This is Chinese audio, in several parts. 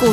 股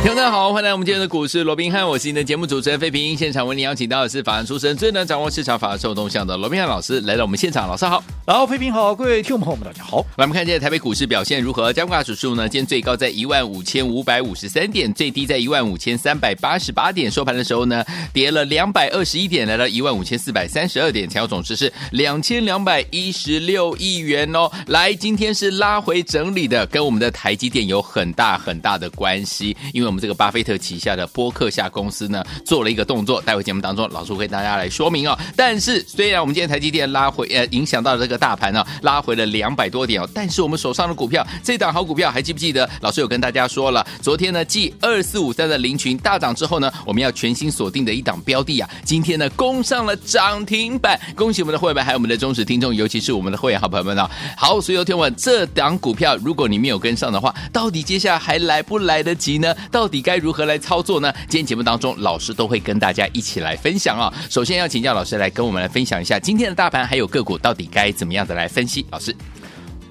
听众大家好，欢迎来我们今天的股市罗宾汉，我是你的节目主持人费平。现场为您邀请到的是法案出身、最能掌握市场法案受动向的罗宾汉老师来到我们现场，老师好。然后，飞平好，各位听众朋友们，大家好。来，我们看一下台北股市表现如何？加权指数呢，今天最高在15,553点，最低在15,388点，收盘的时候呢，跌了221点，来到15,432点，成交总值是2,216亿元哦。来，今天是拉回整理的，跟我们的台积电有很大很大的关系，因为我们这个巴菲特旗下的波克夏公司呢，做了一个动作，待会节目当中老师会跟大家来说明哦。但是，虽然我们今天台积电拉回，呃，影响到了这个。大盘呢、拉回了两百多点哦，但是我们手上的股票，这档好股票还记不记得？老师有跟大家说了，昨天呢，继二四五三的林群大涨之后呢，我们要全新锁定的一档标的啊，今天呢攻上了涨停板，恭喜我们的会员还有我们的忠实听众，尤其是我们的会员好朋友们啊、哦。好，所以有听我这档股票，如果你没有跟上的话，到底接下来还来不来得及呢？到底该如何来操作呢？今天节目当中，老师都会跟大家一起来分享啊、哦。首先要请教老师来跟我们来分享一下今天的大盘还有个股到底该怎么。怎么样的来分析？老师，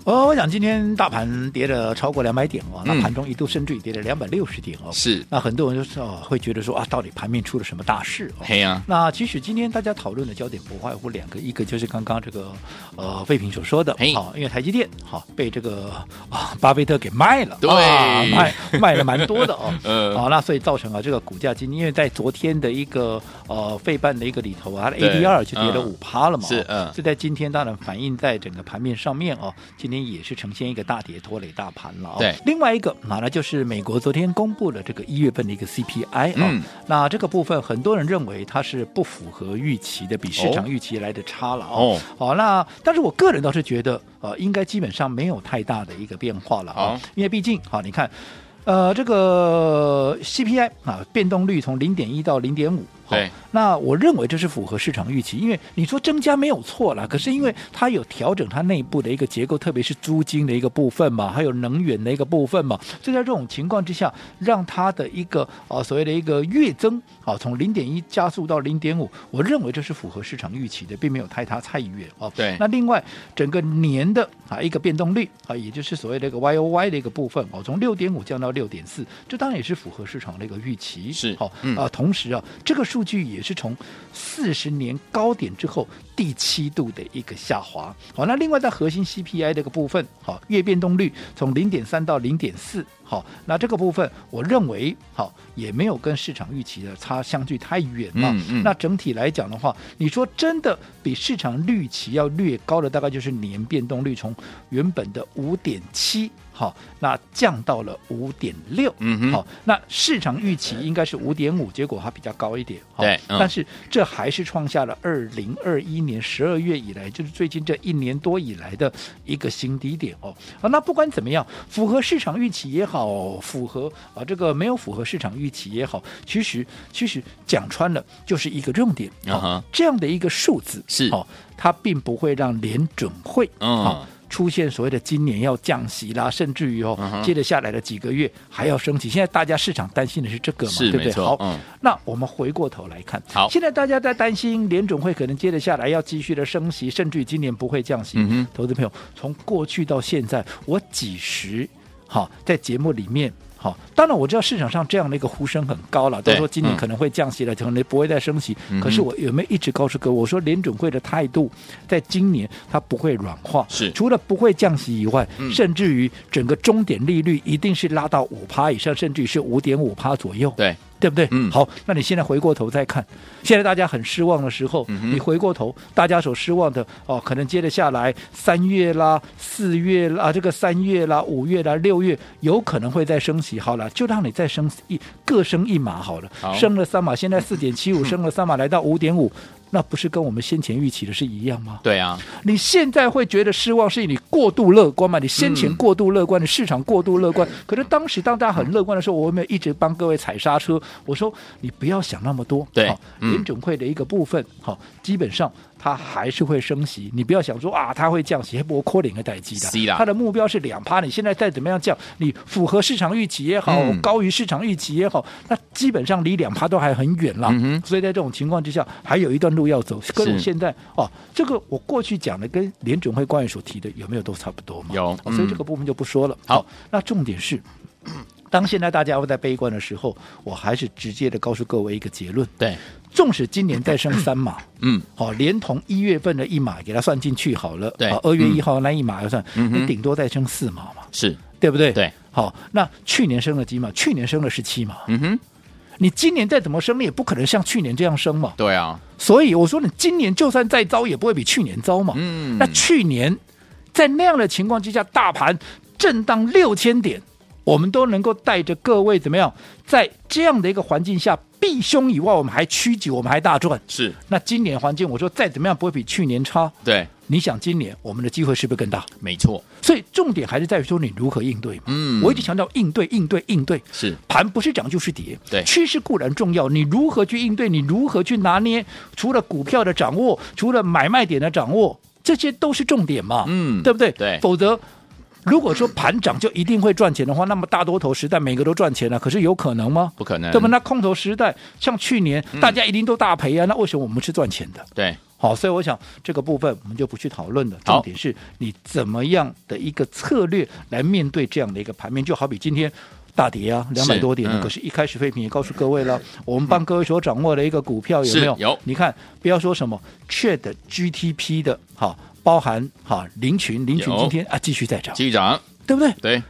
哦，我想今天大盘跌了超过两百点哦，嗯那盘中一度甚至于跌了两百六十点哦。是那很多人就是哦会觉得说啊，到底盘面出了什么大事哦？嘿呀那其实今天大家讨论的焦点不外乎两个，一个就是刚刚这个呃费平所说的，嘿好、因为台积电好、被这个啊巴菲特给卖了，对，啊卖卖了蛮多的哦 嗯啊，那所以造成了这个股价今天因为在昨天的一个呃费半的一个里头啊，它的对 ADR 就跌了嗯五趴了嘛，是哦嗯这在今天当然反映在整个盘面上面哦，今天也是呈现一个大跌拖累大盘了哦。对另外一个啊那那就是美国昨天公布了这个一月份的一个 CPI 哦，嗯那这个部分很多人认为它是不符合预期的，比市场预期来的差了哦。好、那但是我个人倒是觉得呃，应该基本上没有太大的一个变化了好哦，因为毕竟好、你看。呃，这个 CPI 啊，变动率从零点一到零点五，好对那我认为这是符合市场预期，因为你说增加没有错啦，可是因为它有调整它内部的一个结构，特别是租金的一个部分嘛，还有能源的一个部分嘛，所以在这种情况之下，让它的一个啊所谓的一个月增啊，从零点一加速到零点五，我认为这是符合市场预期的，并没有太差太远哦。对那另外整个年的啊一个变动率啊，也就是所谓的一个 Y O Y 的一个部分哦，从六点五降到六点四，这当然也是符合市场的一个预期。是好、嗯啊，同时啊，这个数据也是从四十年高点之后第七度的一个下滑。好，那另外在核心 CPI 这个部分，好，月变动率从零点三到零点四，好，那这个部分我认为好也没有跟市场预期的差相距太远了。嗯嗯那整体来讲的话，你说真的比市场预期要略高的，大概就是年变动率从原本的五点七，好，那降到了五点六，嗯哼好，那市场预期应该是五点五，结果它比较高一点，好对嗯但是这还是创下了二零二一年十二月以来，就是最近这一年多以来的一个新低点哦。啊，那不管怎么样，符合市场预期也好，符合啊这个没有符合市场预期也好，其实其实讲穿了就是一个重点啊哈这样的一个数字是哦，它并不会让联准会嗯好出现所谓的今年要降息啦，甚至于哦，嗯接着下来的几个月还要升息。现在大家市场担心的是这个嘛，是对不没对？错好，嗯那我们回过头来看，好现在大家在担心联准会可能接着下来要继续的升息，甚至于今年不会降息。嗯哼投资朋友，从过去到现在，我几时好在节目里面。好，当然我知道市场上这样的一个呼声很高了，都对说今年嗯可能会降息了，可能不会再升息。嗯哼可是我有没有一直告诉各位，我说联准会的态度，在今年它不会软化，是除了不会降息以外，嗯甚至于整个终点利率一定是拉到五趴以上，甚至于是五点五趴左右。对，对不对？嗯好，那你现在回过头再看，现在大家很失望的时候，嗯哼你回过头，大家所失望的哦，可能接着下来三月啦、四月啦、啊这个三月啦、五月啦、六月，有可能会再升息。好了，就让你再升一各升一码好了，好 升了三码，现在四点七五，升了三码，来到五点五，那不是跟我们先前预期的是一样吗？对啊，你现在会觉得失望，是你过度乐观嘛？你先前嗯过度乐观，你市场过度乐观，可是当时当大家很乐观的时候，我有没有一直帮各位踩刹车？我说你不要想那么多，对好嗯联准会的一个部分，好、基本上。它还是会升息，你不要想说啊，它会降息，不扣零个代机是的啦，它的目标是两趴，你现在再怎么样降，你符合市场预期也好，嗯高于市场预期也好，那基本上离两趴都还很远了。嗯哼所以在这种情况之下，还有一段路要走。跟我是现在哦，这个我过去讲的跟联准会官员所提的有没有都差不多嘛？有哦所嗯以这个部分就不说了。好哦，那重点是。当现在大家会在悲观的时候，我还是直接的告诉各位一个结论：对，纵使今年再升三码，嗯，好、 连同一月份的一码给它算进去好了，对啊二、月嗯一号那一码要算，嗯哼你顶多再升四码嘛，是，对不对？对，好，那去年升了几码？去年升了十七码，嗯哼，你今年再怎么升，你也不可能像去年这样升嘛。对啊，所以我说，你今年就算再糟，也不会比去年糟嘛。嗯那去年在那样的情况之下，大盘震荡六千点，我们都能够带着各位怎么样，在这样的一个环境下避凶以外，我们还趋吉，我们还大赚。是，那今年环境，我说再怎么样不会比去年差。对，你想今年我们的机会是不是更大？没错，所以重点还是在于说你如何应对嘛。嗯我一直强调应对，应对，应对。是盘不是涨就是跌，对趋势固然重要，你如何去应对，你如何去拿捏，除了股票的掌握，除了买卖点的掌握，这些都是重点嘛，嗯对不对？对否则。如果说盘涨就一定会赚钱的话，那么大多头时代每个都赚钱了，可是有可能吗？不可能，对吧？那空头时代，像去年嗯大家一定都大赔啊，那为什么我们是赚钱的？对，好，所以我想这个部分我们就不去讨论了。好重点是你怎么样的一个策略来面对这样的一个盘面，就好比今天。大跌啊，两百是多点了嗯可是，一开始废品也告诉各位 了，我们帮各位所掌握的一个股票有是没有？有你看，不要说什么 Chat GTP 的，哈，包含哈林群，林群有今天啊继续在涨，继续涨，对不对？对，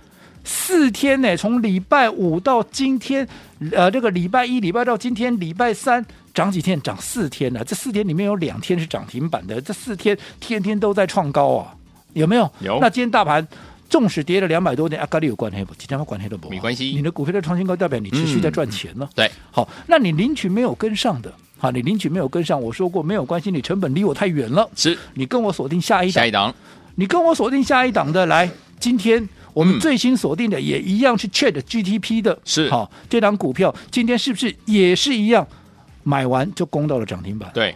四天呢，从礼拜五到今天，呃，这个礼拜一、礼拜到今天礼拜三涨几天？涨四天啊呢、这四天里面有两天是涨停板的，这四天天天都在创高啊，有没有？有那今天大盘。纵使跌了两百多点，啊，跟你有关系不？今天关系都不好，没关系嗯你的股票在创新高，代表你持续在赚钱呢、对，好，那你领取没有跟上的，好，你领取没有跟上，我说过没有关系，你成本离我太远了，是你跟我锁定下一档下一档，你跟我锁定下一档的来，今天我嗯们最新锁定的也一样是 Chat GTP 的，是好、这档股票今天是不是也是一样？买完就攻到了涨停板，对，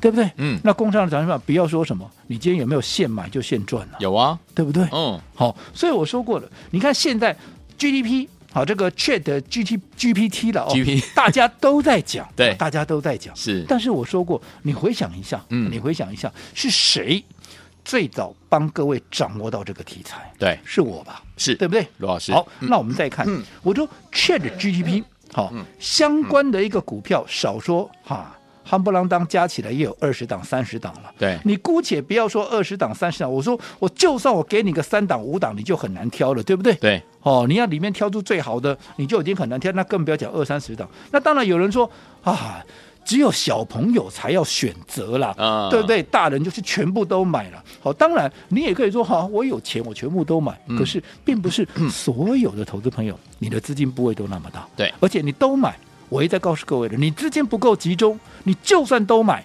对不对？嗯那攻上了涨停板，不要说什么，你今天有没有现买就现赚了、有啊，对不对？嗯，好、所以我说过了，你看现在 GDP 好、这个 Chat GT GPT 了哦 GP 大家都在讲， 对大家都在讲，是但是我说过，你回想一下，嗯你回想一下，是谁最早帮各位掌握到这个题材？对，是我吧？是对不对？罗老师好，嗯那我们再看，我说 Chat GDP 好、相关的一个股票，少说哈。夯不啷当加起来也有二十档、三十档了。对你姑且不要说二十档、三十档，我说我就算我给你个三档、五档，你就很难挑了，对不对？对，哦，你要里面挑出最好的，你就已经很难挑，那更不要讲二三十档。那当然有人说啊，只有小朋友才要选择啦，啊对不对？大人就是全部都买了。好、当然你也可以说，好、我有钱，我全部都买。嗯可是并不是所有的投资朋友，你的资金部位都那么大，对而且你都买，我一再告诉各位了，你资金不够集中，你就算都买，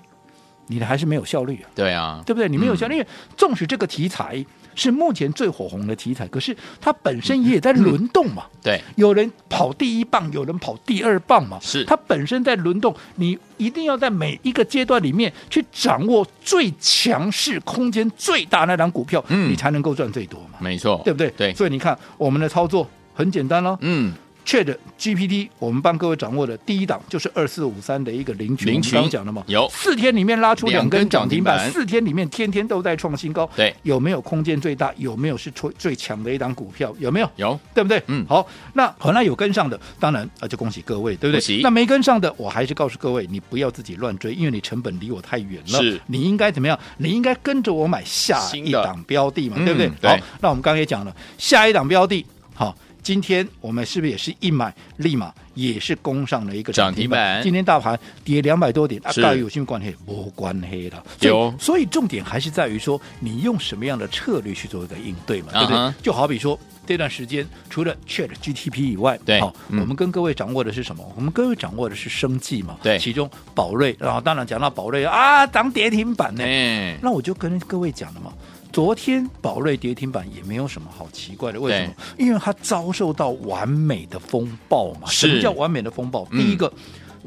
你还是没有效率啊。对啊，对不对？你没有想，嗯因为纵使这个题材是目前最火红的题材，可是它本身也嗯在轮动嘛。对，有人跑第一棒，有人跑第二棒嘛，是它本身在轮动，你一定要在每一个阶段里面去掌握最强势、空间最大那档股票，嗯你才能够赚最多嘛，没错，对不对？对，所以你看我们的操作很简单了，嗯， Chat GPT，我们帮各位掌握的第一档就是二四五三的一个零群，零我群们刚刚讲的嘛，有四天里面拉出两两根根涨涨停停板板，四天里面天天都在创新高，对有没有空间最大？有没有是最最强的一档股票？有没有？有，对不对？嗯好，那好，那有跟上的，当然啊，就恭喜各位，对不恭喜对？那没跟上的，我还是告诉各位，你不要自己乱追，因为你成本离我太远了。是你应该怎么样？你应该跟着我买下新一的档标的嘛，嗯对不对？对好，那我们刚刚也讲了，下一档标的，好，今天我们是不是也是一买立马也是攻上了一个涨涨停停板？板今天大盘跌两百多点，啊，是到底有什么关系？无关系了。所以有所以重点还是在于说，你用什么样的策略去做一个应对嘛，对不对啊哈就好比说。这段时间除了 Chat GTP 以外，对好，嗯我们跟各位掌握的是什么？我们各位掌握的是生计嘛，对其中宝瑞啊，当然讲到宝瑞啊，涨跌停板呢，哎，那我就跟各位讲了嘛，昨天宝瑞跌停板也没有什么好奇怪的，为什么？因为它遭受到完美的风暴嘛。是什么叫完美的风暴？嗯第一个。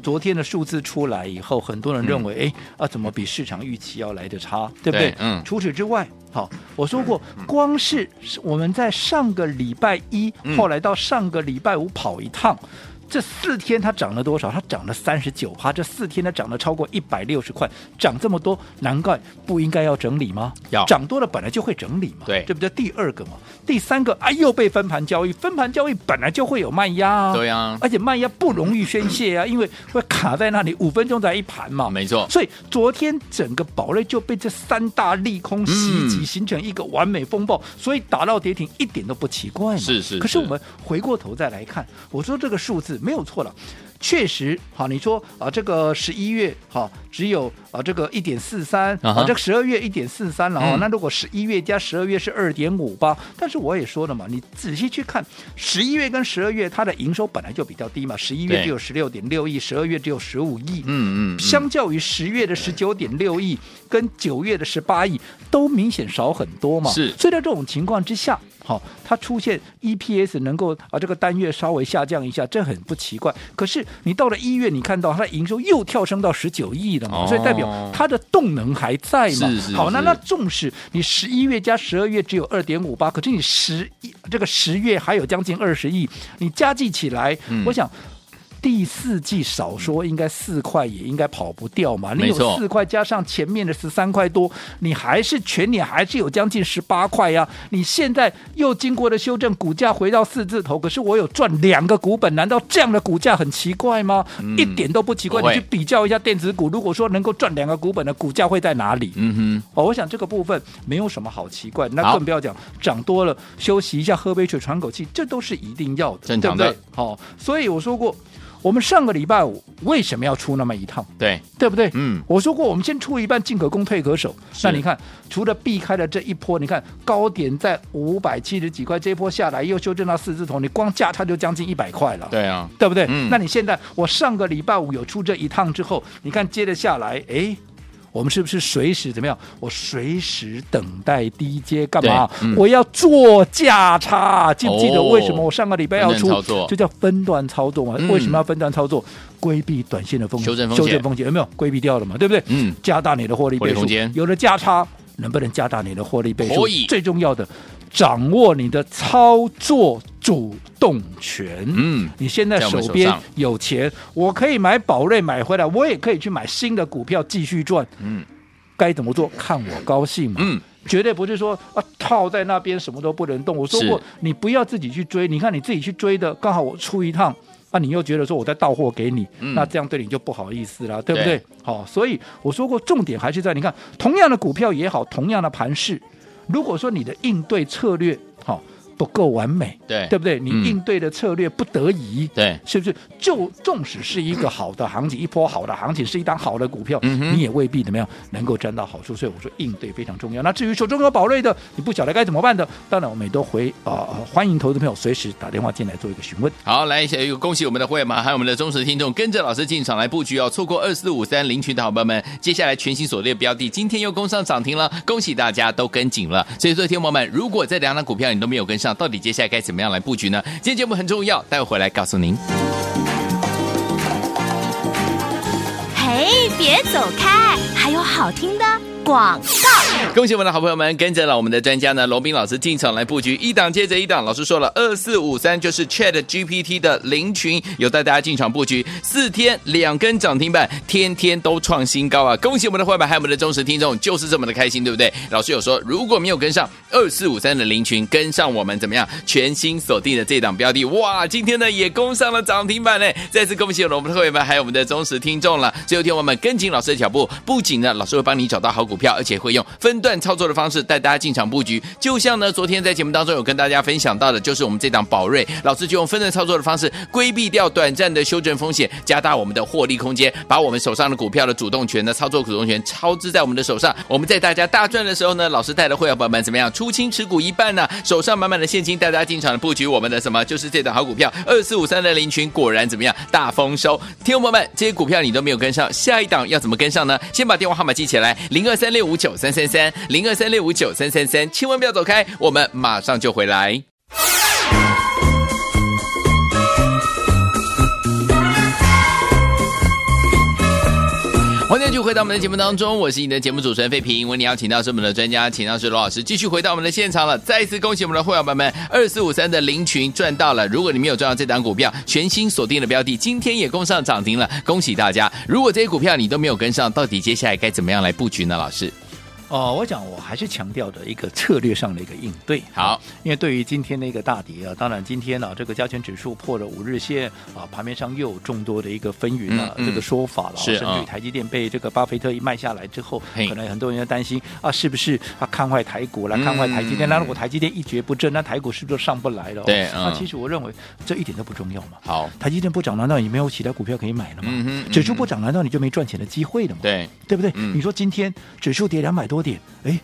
昨天的数字出来以后，很多人认为，哎、啊，怎么比市场预期要来的差，对不对？嗯对嗯除此之外，好，我说过，光是我们在上个礼拜一，嗯后来到上个礼拜五跑一趟。这四天它涨了多少？它涨了三十九趴，这四天它涨了超过一百六十块，涨这么多，难怪不应该要整理吗？要涨多了本来就会整理嘛，对对不对？第二个嘛，第三个，哎，又被分盘交易，分盘交易本来就会有卖压、啊，对啊而且卖压不容易宣泄啊，因为会卡在那里，五分钟才一盘嘛，没错，所以昨天整个宝瑞就被这三大利空袭击，嗯形成一个完美风暴，所以打到跌停一点都不奇怪嘛。是是可是是我们回过头再来看，我说这个数字没有错了。确实，好，你说啊，这个十一月好、只有啊这个一点四三，啊哈啊这十二月一点四三了哦。嗯那如果十一月加十二月是二点五八，但是我也说了嘛，你仔细去看十一月跟十二月它的营收本来就比较低嘛，十一对月只有十六点六亿，十二月只有十五亿，嗯嗯嗯，相较于十月的十九点六亿跟九月的十八亿，都明显少很多嘛。是所以在这种情况之下，好、它出现 EPS 能够啊这个单月稍微下降一下，这很不奇怪。可是你到了一月，你看到它的营收又跳升到十九亿了嘛，哦所以代表它的动能还在嘛。是是好，那是那纵使你十一月加十二月只有二点五八，可是你十一这个十月还有将近二十亿，你加计起来，嗯我想。第四季少说应该四块，也应该跑不掉嘛。你没错有四块加上前面的十三块多，你还是全年还是有将近十八块呀、你现在又经过了修正，股价回到四字头，可是我有赚两个股本，难道这样的股价很奇怪吗？一点都不奇嗯怪。不会你去比较一下电子股，如果说能够赚两个股本的股价会在哪里？嗯哦，我想这个部分没有什么好奇怪，那好更不要讲涨多了休息一下，喝杯水，喘口气，这都是一定要的，正常的对不对。好、所以我说过，我们上个礼拜五为什么要出那么一趟，哼，对，对不对？嗯，我说过，我们先出一半，进可攻，退可守。是那你看，除了避开了这一波，你看高点在五百七十几块，这一波下来又修正到四字头，你光价差就将近一百块了。对啊，对不对？嗯那你现在我上个礼拜五有出这一趟之后，你看接着下来，哎。我们是不是随时怎么样？我随时等待低阶干嘛？对嗯我要做价差，记不记得哦为什么我上个礼拜要分出？段操作就叫分段操作嘛。嗯为什么要分段操作？规避短线的风险，修正风险修正风险有没有规避掉了嘛？对不对？嗯加大你的获利获利倍数空间，有了价差，能不能加大你的获利倍数可以？最重要的，掌握你的操作主动权。嗯，你现在在我手们手边上有钱，我可以买宝瑞买回来，我也可以去买新的股票继续赚。嗯，该怎么做看我高兴嘛。嗯，绝对不是说啊套在那边什么都不能动。我说过是，你不要自己去追。你看你自己去追的，刚好我出一趟。啊，你又觉得说我在到货给你，嗯那这样对你就不好意思啦，对不对对？好、所以我说过，重点还是在你看，同样的股票也好，同样的盘势，如果说你的应对策略好、不够完美，对对不对？你嗯应对的策略不得已，对，是不是？就纵使是一个好的行情，一波好的行情，是一档好的股票，嗯哼你也未必怎么样能够沾到好处。所以我说应对非常重要。那至于手中有宝瑞的，你不晓得该怎么办的，当然我们也都回啊、呃欢迎投资朋友随时打电话进来做一个询问。好，来，下一个恭喜我们的会员们，还有我们的忠实听众，跟着老师进场来布局哦。错过二四五三领取的好朋友们，接下来全新锁定的标的，今天又攻上涨停了，恭喜大家都跟紧了。所以，说，听众朋友们，如果这两档股票你都没有跟上，到底接下来该怎么样来布局呢？今天节目很重要，待会回来告诉您。嘿，别走开，还有好听的广告。恭喜我们的好朋友们，跟着了我们的专家呢，龙斌老师进场来布局，一档接着一档。老师说了，二四五三就是 Chat GPT 的零群，有带大家进场布局，四天两根涨停板，天天都创新高啊！恭喜我们的会员还有我们的忠实听众，就是这么的开心，对不对？老师有说，如果没有跟上二四五三的零群，跟上我们怎么样？全新锁定的这档标的，哇，今天呢也攻上了涨停板呢！再次恭喜我们的会员们，还有我们的忠实听众了。最后，天我们跟紧老师的脚步，不仅呢老师会帮你找到好股票，而且会用。用分段操作的方式带大家进场布局。就像呢，昨天在节目当中有跟大家分享到的，就是我们这档宝瑞老师就用分段操作的方式规避掉短暂的修正风险，加大我们的获利空间，把我们手上的股票的主动权呢，操作主动权操之在我们的手上。我们在大家大赚的时候呢，老师带着会员朋友们怎么样出清持股一半呢、手上满满的现金带大家进场的布局我们的什么，就是这档好股票二四五三的林群，果然怎么样大丰收。听众朋友们，这些股票你都没有跟上，下一档要怎么跟上呢？先把电话号码记起来，零二三六五九三三三，零二三六五九三三三，千万不要走开，我们马上就回来。欢迎继续回到我们的节目当中，我是你的节目主持人费平。为你邀请到是我们的专家，请到是罗老师，继续回到我们的现场了。再一次恭喜我们的会员朋友们，二四五三的林群赚到了。如果你没有赚到这档股票，全新锁定的标的，今天也攻上涨停了，恭喜大家！如果这些股票你都没有跟上，到底接下来该怎么样来布局呢？老师，哦，我讲我还是强调的一个策略上的一个应对。啊好，因为对于今天的一个大跌啊，当然今天呢、这个加权指数破了五日线啊，盘面上又有众多的一个纷纭啊，嗯嗯这个说法了啊，是甚至嗯于台积电被这个巴菲特一卖下来之后，嘿可能很多人就担心啊，是不是啊看坏台股了，嗯看坏台积电？那如果台积电一蹶不振，那台股是不是就上不来了哦？对嗯那其实我认为这一点都不重要嘛。好，台积电不涨，难道你没有其他股票可以买了吗？嗯哼嗯哼指数不涨，难道你就没赚钱的机会了吗？对，对不对？嗯你说今天指数跌两百多点，哎，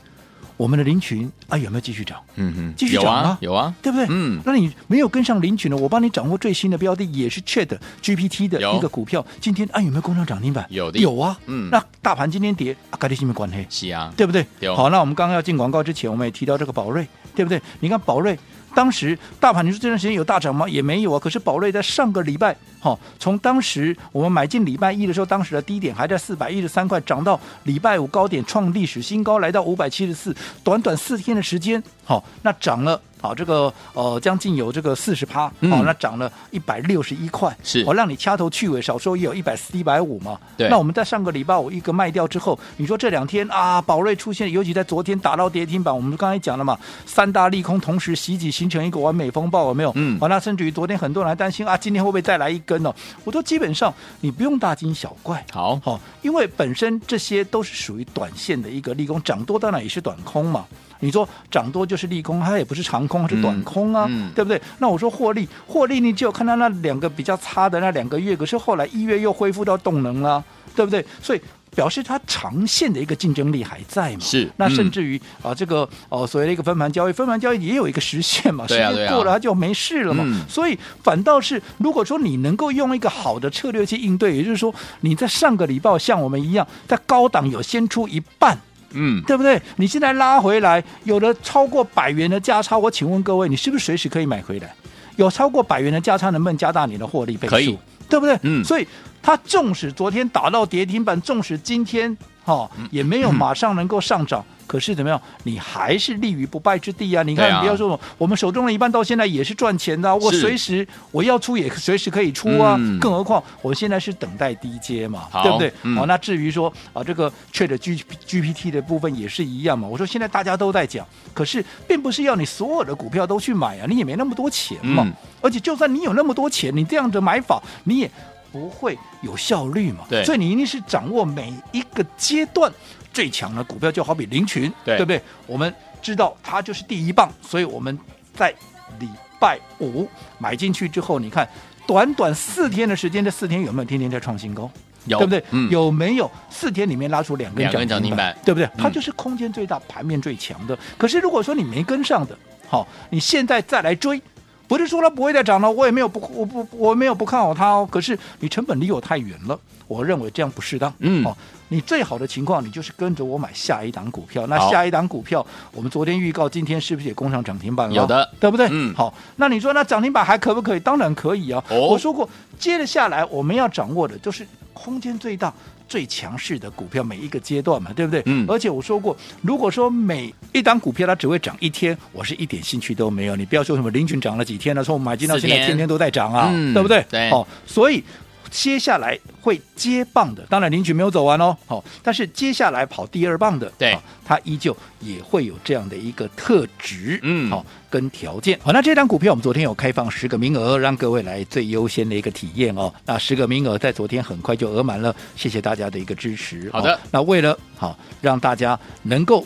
我们的林群啊有没有继续涨？嗯哼继续有涨啊啊，有啊，对不对？嗯那你没有跟上林群的，我帮你掌握最新的标的，也是 Chat GPT 的有一个股票，今天啊有没有工上涨停板？有的有啊。嗯那大盘今天跌，啊，跟你有没有关系？是啊，对不对有？好，那我们刚刚要进广告之前，我们也提到这个宝瑞，对不对？你看宝瑞当时大盘，你说这段时间有大涨吗？也没有啊。可是宝瑞在上个礼拜，哈、从当时我们买进礼拜一的时候，当时的低点还在四百一十三块，涨到礼拜五高点创历史新高，来到五百七十四，短短四天的时间，好、那涨了。好，这个呃，将近有这个四十趴，好、嗯那涨了一百六十一块，是我、哦让你掐头去尾，少说也有一百四、一百五嘛。对那我们在上个礼拜五一个卖掉之后，你说这两天啊，宝瑞出现，尤其在昨天打到跌停板，我们刚才讲了嘛，三大利空同时袭击，形成一个完美风暴，有没有？哦嗯好、那甚至于昨天很多人还担心啊，今天会不会再来一根呢、我都基本上你不用大惊小怪。好，好、因为本身这些都是属于短线的一个利空，涨多当然也是短空嘛。你说涨多就是利空，它也不是长空，它是短空啊，嗯嗯对不对？那我说获利，获利你只有看到那两个比较差的那两个月，可是后来一月又恢复到动能了，对不对？所以表示它长线的一个竞争力还在嘛。是那嗯甚至于啊、这个哦、所谓的一个分盘交易，分盘交易也有一个时限嘛，对啊时对间啊过了它就没事了嘛。嗯所以反倒是，如果说你能够用一个好的策略去应对，也就是说你在上个礼拜像我们一样，在高档有先出一半，嗯，对不对？你现在拉回来，有了超过百元的价差，我请问各位，你是不是随时可以买回来？有超过百元的价差，能不能加大你的获利倍数？可以，对不对？嗯所以它纵使昨天打到跌停板，纵使今天哈、哦、嗯也没有马上能够上涨。可是怎么样？你还是立于不败之地啊！你看，对啊不要说我们手中的一半到现在也是赚钱的啊、我是随时我要出也随时可以出啊！嗯更何况我现在是等待低阶嘛好，对不对？嗯好，那至于说啊，这个 Chat G G P T 的部分也是一样嘛。我说现在大家都在讲，可是并不是要你所有的股票都去买啊，你也没那么多钱嘛。嗯而且就算你有那么多钱，你这样的买法，你也不会有效率嘛。对所以你一定是掌握每一个阶段最强的股票，就好比林群，对不对？我们知道它就是第一棒，所以我们在礼拜五买进去之后，你看。短短四天的时间，这四天有没有天天在创新高？有，对不对？嗯，有没有四天里面拉出两根两根涨涨停停板板，对不对？它嗯就是空间最大、盘面最强的。可是如果说你没跟上的，好、你现在再来追。不是说它不会再涨了，我也没有不我不我没有不看好它哦。可是你成本离我太远了，我认为这样不适当。嗯哦，你最好的情况，你就是跟着我买下一档股票。那好下一档股票，我们昨天预告，今天是不是也攻上涨停板了？有的对不对？嗯好，那你说那涨停板还可不可以？当然可以啊。哦我说过，接着下来我们要掌握的就是空间最大、最强势的股票，每一个阶段嘛，对不对？嗯而且我说过，如果说每一档股票它只会涨一天，我是一点兴趣都没有。啊你不要说什么林群涨了几天了，说我们买进到现四在天天天都在涨啊，嗯对不对？对哦，所以。接下来会接棒的，当然领取没有走完哦，好、但是接下来跑第二棒的，对好它依旧也会有这样的一个特质，哦嗯好、跟条件。好，那这张股票我们昨天有开放十个名额，让各位来最优先的一个体验哦。那十个名额在昨天很快就额满了，谢谢大家的一个支持。好的那为了好、让大家能够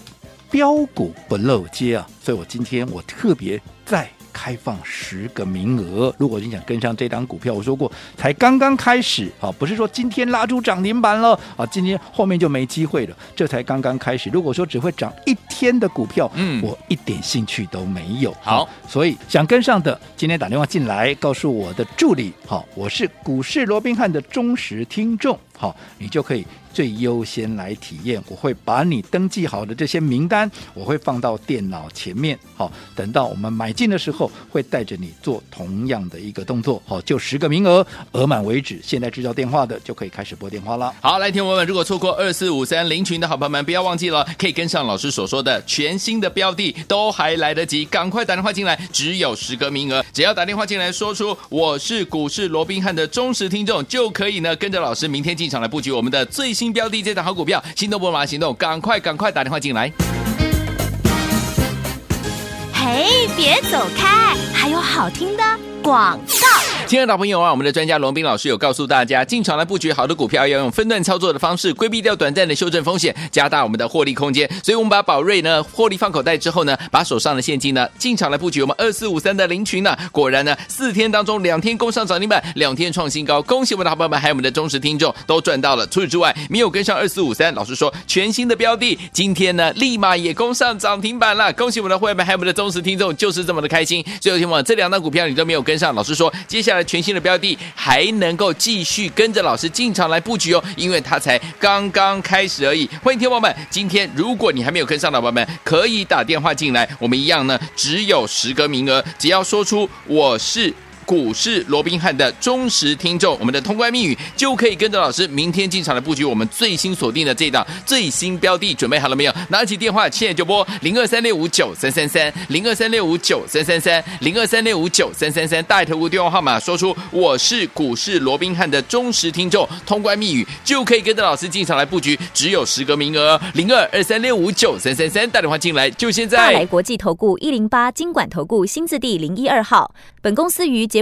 标股不漏接啊，所以我今天我特别再开放十个名额。如果你想跟上这档股票，我说过才刚刚开始啊，不是说今天拉出涨停板了啊，今天后面就没机会了，这才刚刚开始。如果说只会涨一天的股票，嗯我一点兴趣都没有。好所以想跟上的，今天打电话进来告诉我的助理，好，我是股市罗宾汉的忠实听众，好，你就可以最优先来体验。我会把你登记好的这些名单，我会放到电脑前面，好，等到我们买进的时候，会带着你做同样的一个动作，好，就十个名额，额满为止。现在知道电话的就可以开始拨电话了。好，来，听友们，如果错过二四五三零群的好朋友们，不要忘记了，可以跟上老师所说的全新的标的，都还来得及，赶快打电话进来，只有十个名额，只要打电话进来说出我是股市罗宾汉的忠实听众，就可以呢跟着老师明天进场来布局我们的最新标的，这档好股票，心动不马上行动，赶快赶快打电话进来。嘿，别走开，还有好听的广告。亲爱的朋友啊，我们的专家龙斌老师有告诉大家，进场来布局好的股票，要用分段操作的方式，规避掉短暂的修正风险，加大我们的获利空间。所以，我们把宝瑞呢获利放口袋之后呢，把手上的现金呢进场来布局我们二四五三的零群呢，果然呢四天当中两天攻上涨停板，两天创新高，恭喜我们的好朋友们，还有我们的忠实听众都赚到了。除此之外，没有跟上二四五三，老师说全新的标的，今天呢立马也攻上涨停板了，恭喜我们的会员们，还有我们的忠实听众，就是这么的开心。最后天网这两档股票你都没有跟上，老师说接下来全新的标的还能够继续跟着老师进场来布局哦，因为它才刚刚开始而已。欢迎天王们，今天如果你还没有跟上的宝宝们，可以打电话进来，我们一样呢只有十个名额，只要说出我是。股市罗宾汉的忠实听众，我们的通关密语就可以跟着老师明天进场来布局我们最新锁定的这档最新标的，准备好了没有？拿起电话现在就拨零二三六五九三三三零二三六五九三三三零二三六五九三三三，大头屋电话号码说出我是股市罗宾汉的忠实听众，通关密语就可以跟着老师进场来布局，只有十个名额，零二二三六五九三三三，打电话进来就现大在。来国际投顾一零八金管投顾新字第零一二号。本公司于节